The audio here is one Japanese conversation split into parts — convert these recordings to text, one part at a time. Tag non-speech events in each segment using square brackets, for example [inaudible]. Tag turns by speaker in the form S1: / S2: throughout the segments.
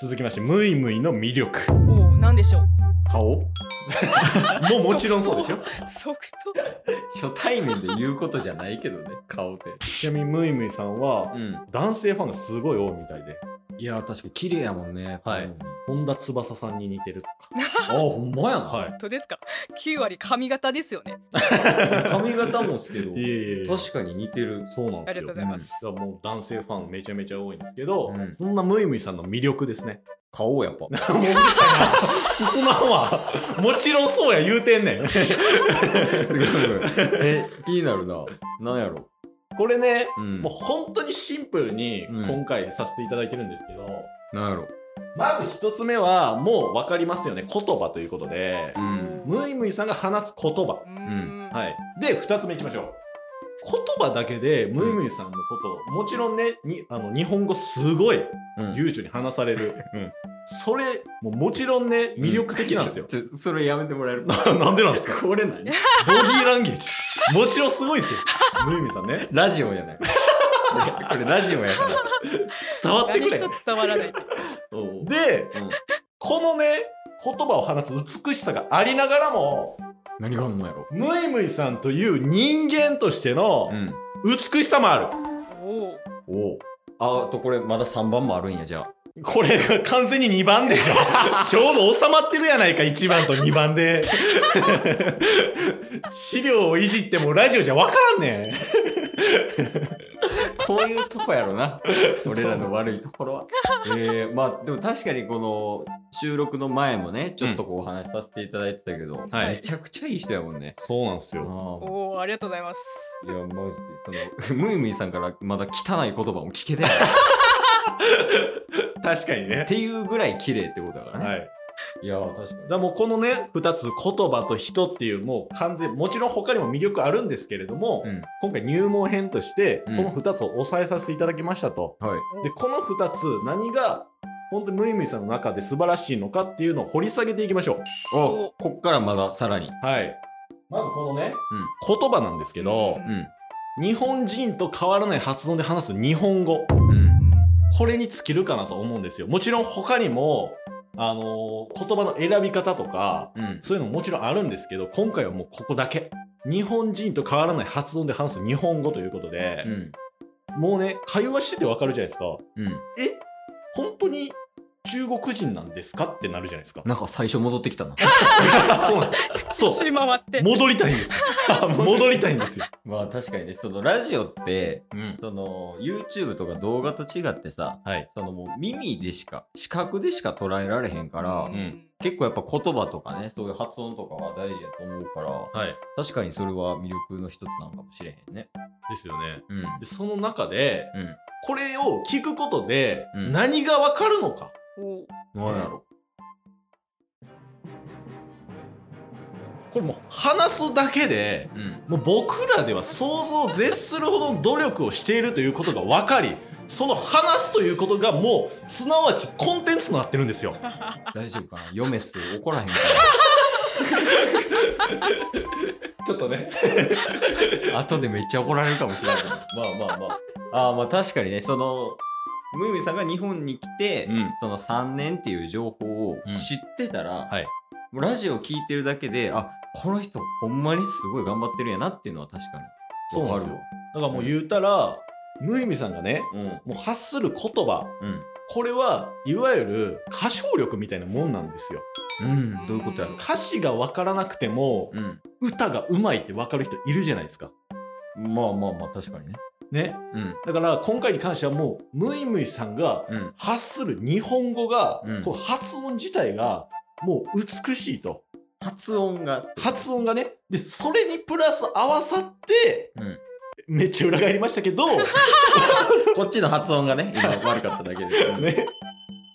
S1: 続きましてムイムイの魅力
S2: おお、なんでしょう。
S3: 顔
S1: ももちろんそうですよ
S2: 即
S3: 初対面で言うことじゃないけどね、 [laughs] 顔って。
S1: ちなみにムイムイさんは
S3: うん。
S1: 男性ファンがすごい多いみたいで
S3: いや、確かに綺麗やもんね。
S1: はい
S3: 顔も。
S1: 本田翼さんに似てるとか
S3: あ、ほんまやな。
S1: は
S2: 答ですか。九割髪型ですよね。
S3: 髪型もっすけど [laughs]
S1: い、いえいえいえ
S3: 確かに似てる。
S1: そうなんですよ
S2: ありがとうございます。
S1: うんだからもう男性ファンめちゃめちゃ多いんですけど、
S3: うん
S1: そんなムイムイさんの魅力ですね。 [laughs]
S3: 顔やっ [laughs] ぱ。
S1: もうみたいな進まんわ。もちろんそうや言うてんねん。
S3: え、気になるな。なんやろ。
S1: これね、
S3: うん
S1: もう本当にシンプルに
S3: うん
S1: 今回させていただいてるんですけど、
S3: なんやろ。
S1: まず一つ目はもう分かりますよね。言葉ということで
S3: う、ん。
S1: ムイムイさんが放つ言葉。
S2: うー
S3: ん
S2: ん。
S1: はい。で、二つ目いきましょう。言葉だけでムイムイさんのこと、もちろんね、にあの日本語すごい
S3: うん
S1: 流暢に話される、
S3: うん
S1: それもうもちろんね魅力的なんですよ、
S3: ちょ、ちょそれやめてもらえる
S1: なん [laughs] でなんですか
S3: これ何
S1: ボディーランゲージもちろんすごいですよムーミンさんね
S3: [laughs] ラジオやない。これ [laughs] これラジオやから。
S1: 伝わって
S2: 何
S1: くれ
S2: 一つ伝わらない。
S3: で、
S1: で
S3: うん、
S1: このね言葉を放つ美しさがありながらも
S3: 何があんのやろ。
S1: ムイムイさんという人間としての
S3: うん。
S1: 美しさもある、
S2: おお。
S3: おお。あとこれまだ3番もあるんやじゃあ。
S1: これが完全に2番でし [laughs] ょちょうど収まってるやないか1番と2番で資料をいじってもラジオじゃ分からんねん
S3: こういうとこやろ [laughs] な俺らの悪いところは。えー、まあでも確かにこの収録の前もねちょっとこうお話しさせていただいてたけど、
S1: はい
S3: めちゃくちゃいい人やもんね。
S1: そうなんです
S3: あ
S1: よ
S3: ー
S2: おお、ありがとうございます。
S3: いやマジでそのムイムイさんからまだ汚い言葉も聞 [laughs] けてないっ
S1: 確かにね。
S3: ていうぐらい綺麗ってことだからね。、
S1: はいい。
S3: やー確かに。
S1: だからもうこのね、二つ、言葉と人っていう、もう完全、もちろん他にも魅力あるんですけれども、
S3: うん
S1: 今回入門編として、
S3: うん
S1: この二つを抑えさせていただきましたと。
S3: はい、
S1: で、この二つ、何が、本当にムイムイさんの中で素晴らしいのかっていうのを掘り下げていきましょ
S3: おこっからまださらに。
S1: う。はい。まずこのね、言葉なんですけど、
S3: うん
S1: 日本人と変わらない発音で話す日本語。
S3: うん
S1: これに尽きるかなと思うんですよ。もちろん他にも、あのー言葉の選び方とか、
S3: うん
S1: そういうのももちろんあるんですけど、今回はもうここだけ。日本人と変わらない発音で話す日本語ということで
S3: う、ん
S1: もうね、会話しててわかるじゃないですか。
S3: うん。
S1: え本当に中国人なんですかってなるじゃない [laughs] ですか。
S3: なんか最初戻ってき [laughs] たな。
S1: そうなんです [laughs] よ。そ
S2: しまわって
S1: う。。戻りたいんです [laughs] よ。戻りたいんですよ。
S3: まあ確かにねそのラジオって
S1: うん。
S3: その YouTube とか動画と違ってさ
S1: はい。
S3: そのもう耳でしか視覚でしか捉えられへんから、
S1: ん
S3: 結構やっぱ言葉とかねそういう発音とかは大事やと思うから
S1: はい。
S3: 確かにそれは魅力の一つなのかもしれへんね。
S1: ですよね。
S3: うん
S1: で、その中で、
S3: うん
S1: これを聞くことで、
S3: うん
S1: 何がわかるのか。
S2: おお。
S3: なんやろ
S1: これもう話すだけで
S3: うん
S1: もう僕らでは想像を絶するほどの努力をしているということが分かりその話すということがもうすなわちコンテンツとなってるんです [laughs] よ
S3: 大丈夫かなヨメス怒らへんか
S1: ちょっとね
S3: ら後でめっちゃ怒られるかもしれないけどまあまあまああーまあ確かにねそのムーミンさんが日本に来て、
S1: うん
S3: その3年っていう情報を知ってたら、
S1: はい
S3: もうラジオ聞いてるだけであこの人ほんまにすごい頑張ってるんやなっていうのは確かに
S1: そうなんですよ
S3: わか
S1: だからもう言うたら、むいみさんがね
S3: るわ
S1: もう発する言葉
S3: うん
S1: これはいわゆる歌唱力みたいなもんなんですよ
S3: うん、うん、どういうことやろ
S1: 歌詞が分からなくても
S3: うん
S1: 歌がうまいって分かる人いるじゃないですか
S3: まあまあまあ確かにね
S1: ね
S3: うん
S1: だから今回に関してはもうむいむいさんが
S3: うん
S1: 発する日本語が、
S3: うん
S1: こう発音自体がもう美しいと
S3: 発音が
S1: 発音がねでそれにプラス合わさって
S3: うん
S1: めっちゃ裏返りましたけ
S2: [laughs]
S1: ど、
S3: こっちの発音がね今悪かっただけで
S1: ね、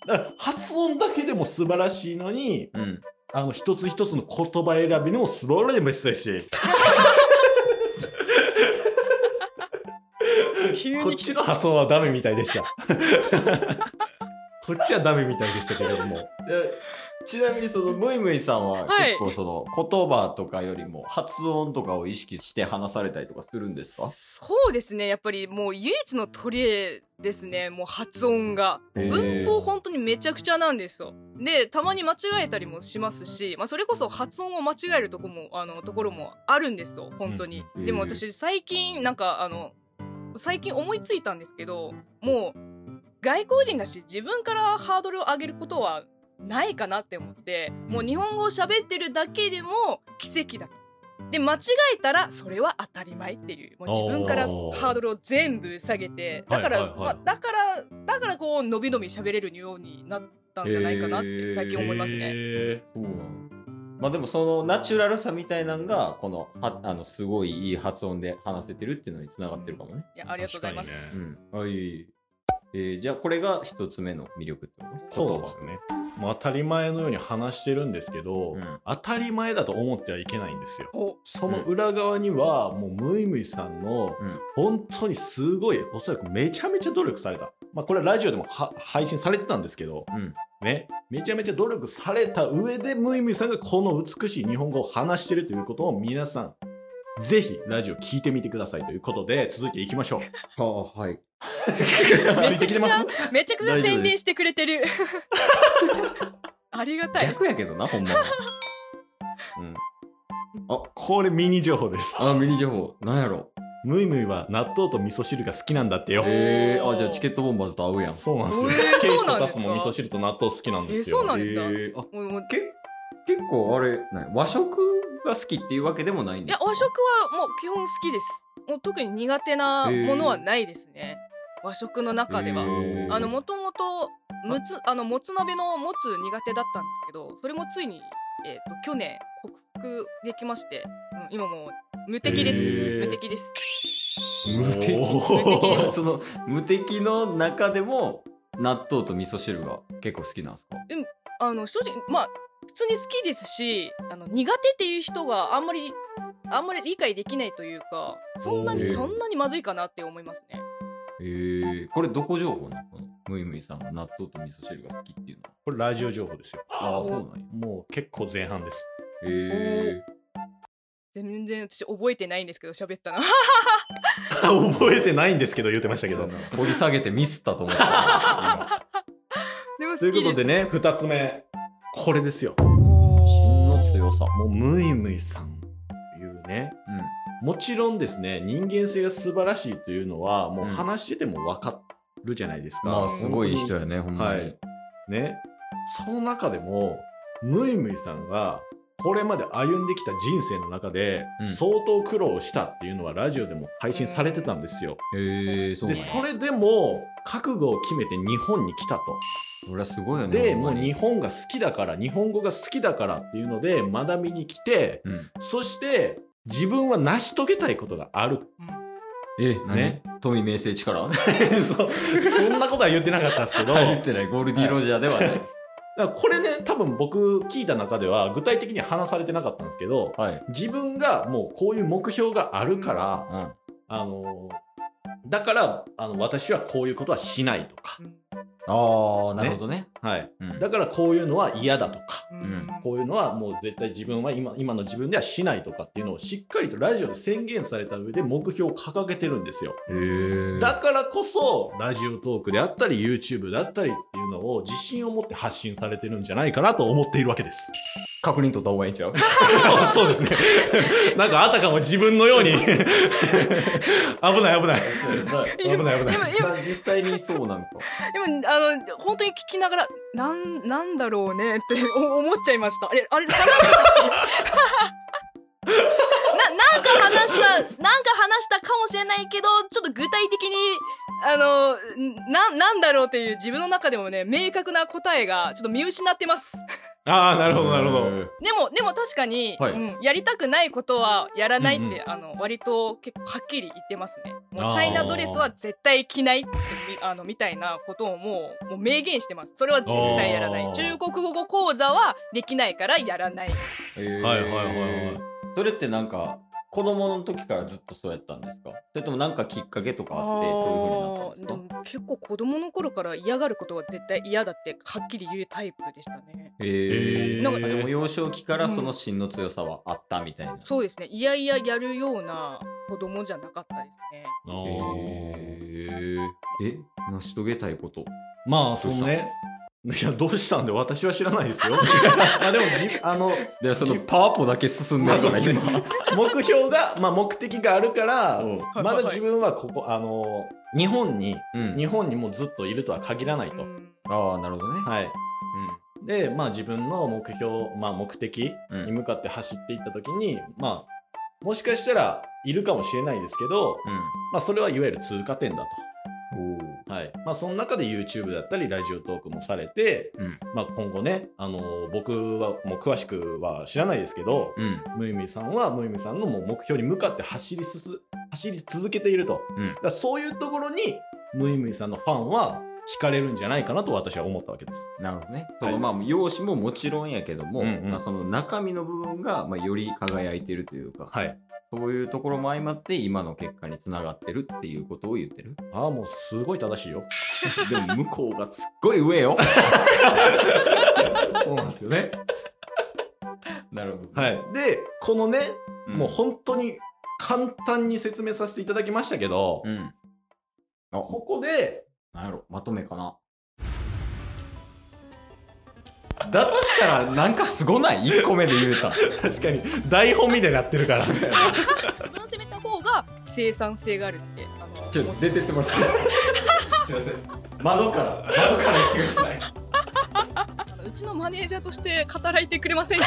S1: だから発音だけでも素晴らしいのに
S3: うん
S1: あの一つ一つの言葉選びにも素晴らしいメッセージ
S2: 急
S1: こっ
S2: に来
S1: ちの発音はダメみたいでした [laughs] ここっちはダメみたいでしたけれども。
S3: えちなみにそのムイムイさんは
S2: はい
S3: 結構その言葉とかよりも発音とかを意識して話されたりとかするんですか
S2: そうですねやっぱりもう唯一の取り柄ですねもう発音が
S3: へー
S2: 文法本当にめちゃくちゃなんですよでたまに間違えたりもしますし、まあ、それこそ発音を間違えるとこもあのところもあるんですよ本当に、
S3: うん
S2: でも
S3: へー
S2: 私最近なんかあの最近思いついたんですけどもう外国人だし自分からハードルを上げることはないかなって思ってもう日本語を喋ってるだけでも奇跡だとで間違えたらそれは当たり前っていうもう自分から
S1: おー
S2: ハードルを全部下げてだから、
S1: はいはいはい
S2: まあ、だからだからこうのびのび喋れるようになったんじゃないかなって最近 [laughs] 思いますね。
S1: ね。
S3: そうなのまあでもそのナチュラルさみたいなのがこのはあのすごいいい発音で話せてるっていうのにつながってるかもね。
S2: いやありがとうございます。
S3: うん。はいいい。えーじゃあこれが一つ目の魅力ってこと
S1: そうですね。もう当たり前のように話してるんですけど、
S3: うん
S1: 当たり前だと思ってはいけないんですよ。
S2: お
S1: その裏側には、もうムイムイさんの
S3: うん
S1: 本当にすごいおそらくめちゃめちゃ努力された、まあ、これはラジオでもは配信されてたんですけど、
S3: うん
S1: ね、めちゃめちゃ努力された上でムイムイさんがこの美しい日本語を話してるということを皆さんぜひラジオ聞いてみてくださいということで続いていきま
S2: [laughs]
S1: しょう。
S3: はあはい。
S2: めちゃ
S1: ついて
S2: くちゃ
S1: きて
S2: [laughs] めちゃくちゃ
S1: 大丈夫です
S2: 宣伝してくれ
S1: [laughs]
S2: てる。ありがたい。
S3: 逆やけどなほんまは。うん。
S1: ますこれミニ情報です。
S3: あミニ情報なんやろ。
S1: ムイムイは納豆と味噌汁が好きなんだってよ。
S3: えー、あじゃあチケットボンバーズと合うやん。
S1: そうなんですよ。
S2: えー
S1: ケー
S2: そう
S1: ス
S2: なん
S1: とタ
S2: です
S1: ス
S2: か
S1: も味噌汁と納豆好きなんですよ。
S2: えーそうなんですか
S3: えーあ
S2: もうもう
S3: け結構あれなんや和食が好きっていうわけでもないん
S2: い
S3: です
S2: や
S3: か
S2: 和食はもう基本好きです。もう特に苦手なものはないですね。和食の中では。
S3: えー
S2: あのもともともつあのもつ鍋のもつ苦手だったんですけどそれもついに、えー、と去年克服できまして、うん、今もう無敵です、
S1: へー
S2: 無敵です
S3: 無敵
S2: 敵です
S3: [laughs] その無敵の中でも納豆と味噌汁が結構好きなんですか
S2: あの正直まあ普通に好きですしあの苦手っていう人があんまりあんまり理解できないというかそんな
S1: お
S2: に
S1: ー
S2: そんなにまずいかなって思いますね
S3: えー、これどこ情報なのこのむいむいさんが納豆と味噌汁が好きっていうの
S1: これラジオ情報ですよ。
S3: はああそうなんや
S1: もう結構前半です。 [laughs]
S3: え
S2: 全然私覚えてないんですけど喋ったな
S1: 覚えてないんですけど言ってました
S3: ー、
S1: け
S3: そ
S1: ど
S3: う。なん掘り下げてミスったと思 [laughs] った今
S2: [laughs] でも好きです
S1: ということでね、2つ目、これですよ。
S3: 芯
S2: おー
S3: の強さ
S1: もうムイムイさんというね、もちろんですね、人間性が素晴らしいというのは、もう
S3: うん
S1: 話してても分かるじゃないです
S3: う
S1: か。
S3: んまあすごい人やねほんま
S1: は
S3: に、
S1: いね、その中でもムイムイさんがこれまで歩んできた人生の中で、
S3: うん
S1: 相当苦労したっていうのはラジオでも配信されてたんですよ。
S3: えー、そう
S1: で
S3: なんや
S1: それでも覚悟を決めて日本に来たと。
S3: それはすごいよね
S1: で
S3: ほ
S1: も
S3: ん
S1: う
S3: ま
S1: 日本が好きだから日本語が好きだからっていうので学びに来て
S3: うん、
S1: そして自分は成し遂げたいことがある。 [laughs]
S3: え何、
S1: ね
S3: 富明成力
S1: そうそんなことは言ってなかったんですけど。
S3: 言ってないゴールディ・ロジャーではない
S1: だからこれね多分僕聞いた中では具体的には話されてなかったんですけど
S3: [laughs] はい、
S1: 自分がもうこういう目標があるから、あのだからあの私はこういうことはしないとか、
S3: ああなるほどね
S1: はい、
S3: うん
S1: だからこういうのは嫌だとか
S2: うん
S3: うん
S1: こういうのはもう絶対自分は今今の自分ではしないとかっていうのをしっかりとラジオで宣言された上で目標を掲げてるんですよ。
S3: へー
S1: だからこそラジオトークであったり YouTube だったりっていうのを自信を持って発信されてるんじゃないかなと思っているわけです。
S3: 確認取った方がいいんちゃう
S1: そう [laughs] そうですね。なんかあたかも自分のように。危ない危ない。危ない危ない。
S2: 今今
S3: 実際にそうなんか
S2: でも、あの、本当に聞きながら、なん、なんだろうねって [laughs] お思っちゃいました。あれ、あれ、話した [laughs] な、なんか話した、なんか話したかもしれないけど、ちょっと具体的に、あの、んな、なんだろうっていう自分の中でもね、明確な答えが、ちょっと見失ってます。
S1: ああ、な
S3: [laughs] な
S1: るほどなるほど。
S2: でも、でも確かに、
S3: はい
S2: うん、やりたくないことはやらないって、
S1: うんう
S2: あの、割と結構はっきり言ってますね。も
S1: あ
S2: う、
S1: ー
S2: チャイナドレスは絶対着ないってみ、あの、みたいなことをもう、もう明言してます。それは絶対やらな
S1: あ
S2: い。
S1: ー
S2: 中国語講座はできないからやらない。
S3: はい
S1: はいはいはいはい
S3: それってなんか子供の時からずっとそうやったんですかそれともなんかきっかけとかあって
S2: あ
S3: そう
S2: ー
S3: いうふうにな
S2: で
S3: ったんですか
S2: も結構子供の頃から嫌がることは絶対嫌だってはっきり言うタイプでしたね
S3: え
S1: ー
S2: なんか
S3: あでも幼少期からその芯の強さはあったみたいな、
S2: そうですねいやいややるような子供じゃなかったですね
S1: あ
S3: へ
S1: ー
S3: ええ成し遂げたいこと
S1: まあそのねいやどうしたんで私は知らないですよま [laughs] あでもじあの
S3: でそ
S1: の
S3: のパワポだけ進んで
S1: まあ
S3: る
S1: そ
S3: か
S1: う
S3: ら
S1: ですね
S3: 今、
S1: 目標が、まあ、目的があるから
S3: うん
S2: はい
S1: まだ自分はここあの日本に
S3: うん
S1: 日本にもずっといるとは限らないと、
S2: うん
S3: ああなるほどね、
S1: はいでまあ自分の目標、まあ、目的に向かって走っていった時に、まあもしかしたらいるかもしれないですけど、まあ、それはいわゆる通過点だ
S3: うんうん
S1: と、はいまあ、その中で YouTube だったりラジオトークもされて、
S3: うん
S1: まあ、今後ね、あの僕はもう詳しくは知らないですけど、
S3: おうん
S1: ムイムイさんはムイムイさんのもう目標に向かって走りすす走り続けていると、
S3: うん
S1: だからそういうところにムイムイさんのファンは惹かれるんじゃないかなと私は思ったわけです。
S3: なるほどね。
S1: はい
S3: そのまあ容姿ももちろんやけども、
S1: うんうん
S3: まあ、その中身の部分がまあより輝いてるというか、
S1: はい、
S3: そういうところも相まって今の結果につながってるっていうことを言ってる。
S1: ああもうすごい正しいよ。
S3: でも向こうがすっごい上よ。
S1: そうなんですよね。
S3: なるほど。
S1: はい、でこのね、
S3: うん
S1: もう本当に簡単に説明させていただきましたけど、
S3: うん。あ、
S1: ここで
S3: なんやろ、まとめかな。だとしたらなんかすごない ?1 個目で言うた。
S1: 確かに台本みたいになってる
S3: [laughs]
S1: から。
S2: 自分を責めた方が生産性があるってあの
S3: ちょっと出てっ
S1: [laughs]
S3: てもらって。すいません。窓から、窓から行ってください。
S2: あのうちのマネージャーとして働いてくれませんか